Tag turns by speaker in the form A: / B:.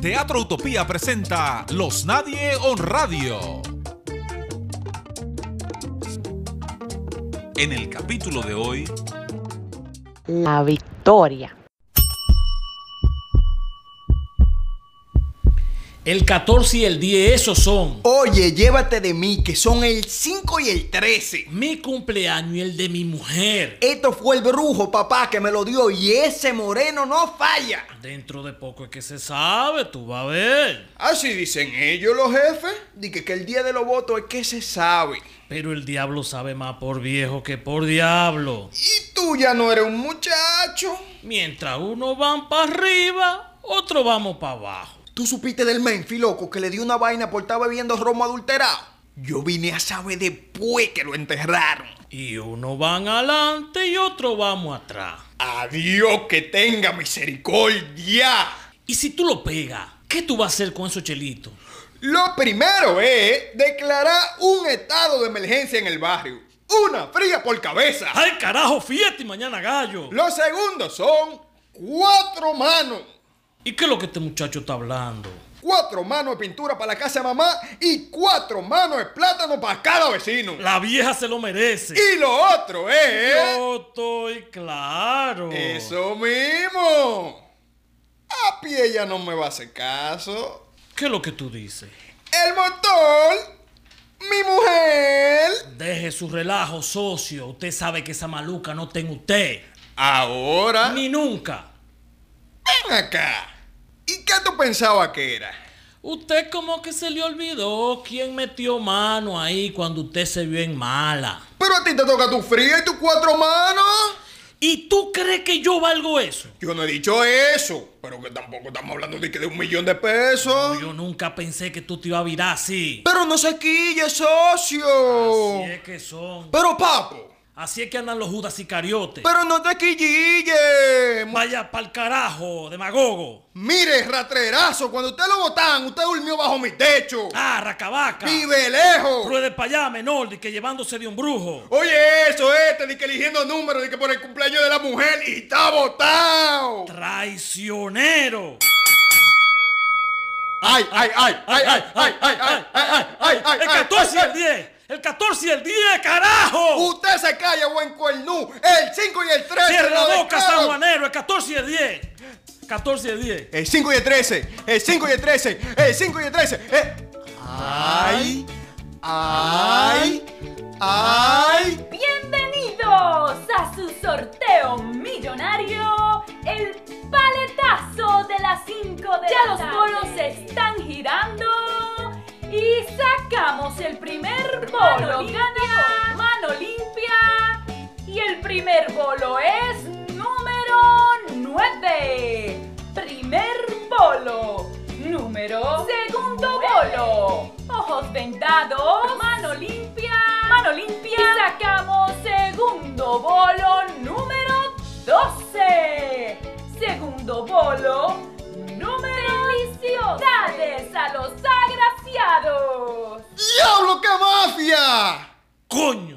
A: Teatro Utopía presenta Los Nadie on Radio. En el capítulo de hoy,
B: La victoria.
C: El 14 y el 10, esos son
D: Oye, llévate de mí, que son el 5 y el 13.
C: mi cumpleaños y el de mi mujer.
D: Esto fue el brujo, papá, que me lo dio y ese moreno no falla.
C: Dentro de poco es que se sabe, tú vas a ver.
D: Así dicen ellos los jefes. Dice que el día de los votos es que se sabe.
C: Pero el diablo sabe más por viejo que por diablo.
D: Y tú ya no eres un muchacho.
C: Mientras uno van para arriba, otro vamos para abajo.
D: Tú supiste del Menfi, loco, que le dio una vaina por estar bebiendo romo adulterado. Yo vine a saber después que lo enterraron.
C: Y uno van adelante y otro vamos atrás.
D: Adiós, que tenga misericordia.
C: Y si tú lo pegas, ¿qué tú vas a hacer con esos chelitos?
D: Lo primero es declarar un estado de emergencia en el barrio. Una fría por cabeza.
C: ¡Ay, carajo, fiesta y mañana gallo!
D: Lo segundo son cuatro manos.
C: ¿Y qué es lo que este muchacho está hablando?
D: Cuatro manos de pintura para la casa de mamá y cuatro manos de plátano para cada vecino.
C: La vieja se lo merece.
D: Y lo otro es...
C: Yo estoy claro.
D: ¿Eh? Eso mismo. A pie ya no me va a hacer caso.
C: ¿Qué es lo que tú dices?
D: El motor, mi mujer.
C: Deje su relajo, socio. Usted sabe que esa maluca no tengo usted.
D: Ahora...
C: Ni nunca.
D: Ven acá. ¿Y qué tú pensabas que era?
C: Usted como que se le olvidó quién metió mano ahí cuando usted se vio en mala.
D: Pero a ti te toca tu fría y tus cuatro manos.
C: ¿Y tú crees que yo valgo eso?
D: Yo no he dicho eso, pero que tampoco estamos hablando de que de un millón de pesos.
C: Yo nunca pensé que tú te ibas a virar así.
D: Pero no se quille, socio.
C: Así es que son.
D: Pero papo,
C: Así es que andan los judas cariotes.
D: pero no te quille.
C: Vaya pa'l carajo, demagogo.
D: Mire, ratrerazo, cuando usted lo botan, usted durmió bajo mi techo.
C: Ah, racabaca.
D: Vive lejos.
C: Ruede para allá, menor, de que llevándose de un brujo.
D: Oye, eso este, de que eligiendo números, de que por el cumpleaños de la mujer y está botado.
C: Traicionero.
D: Ay, ay, ay, ay, ay, ay, ay, ay, ay, ay, ay,
C: El 14 y el 10. El 14 y el 10, carajo.
D: Usted se calla, buen cuernú. El 5 y el 13.
C: Cierra
D: lo
C: la boca,
D: declaro.
C: San Juanero. El 14 y el 10. 14 y el 10.
D: El 5 y el 13. El 5 y el 13. El 5 y el 13. eh. Ay, ay, ay.
E: Bienvenidos a su sorteo millonario, el paletazo de las 5 de Ya los bolos se están girando y sacamos el primer bolo. Gana mano limpia y el primer bolo es número 9. Primer bolo. Número. Segundo bolo. Ojos vendados. Mano limpia. Mano limpia. Y sacamos segundo bolo número 12. Segundo bolo número. Felicidades a los agraciados.
D: ¡Diablo, qué mafia!
C: Coño.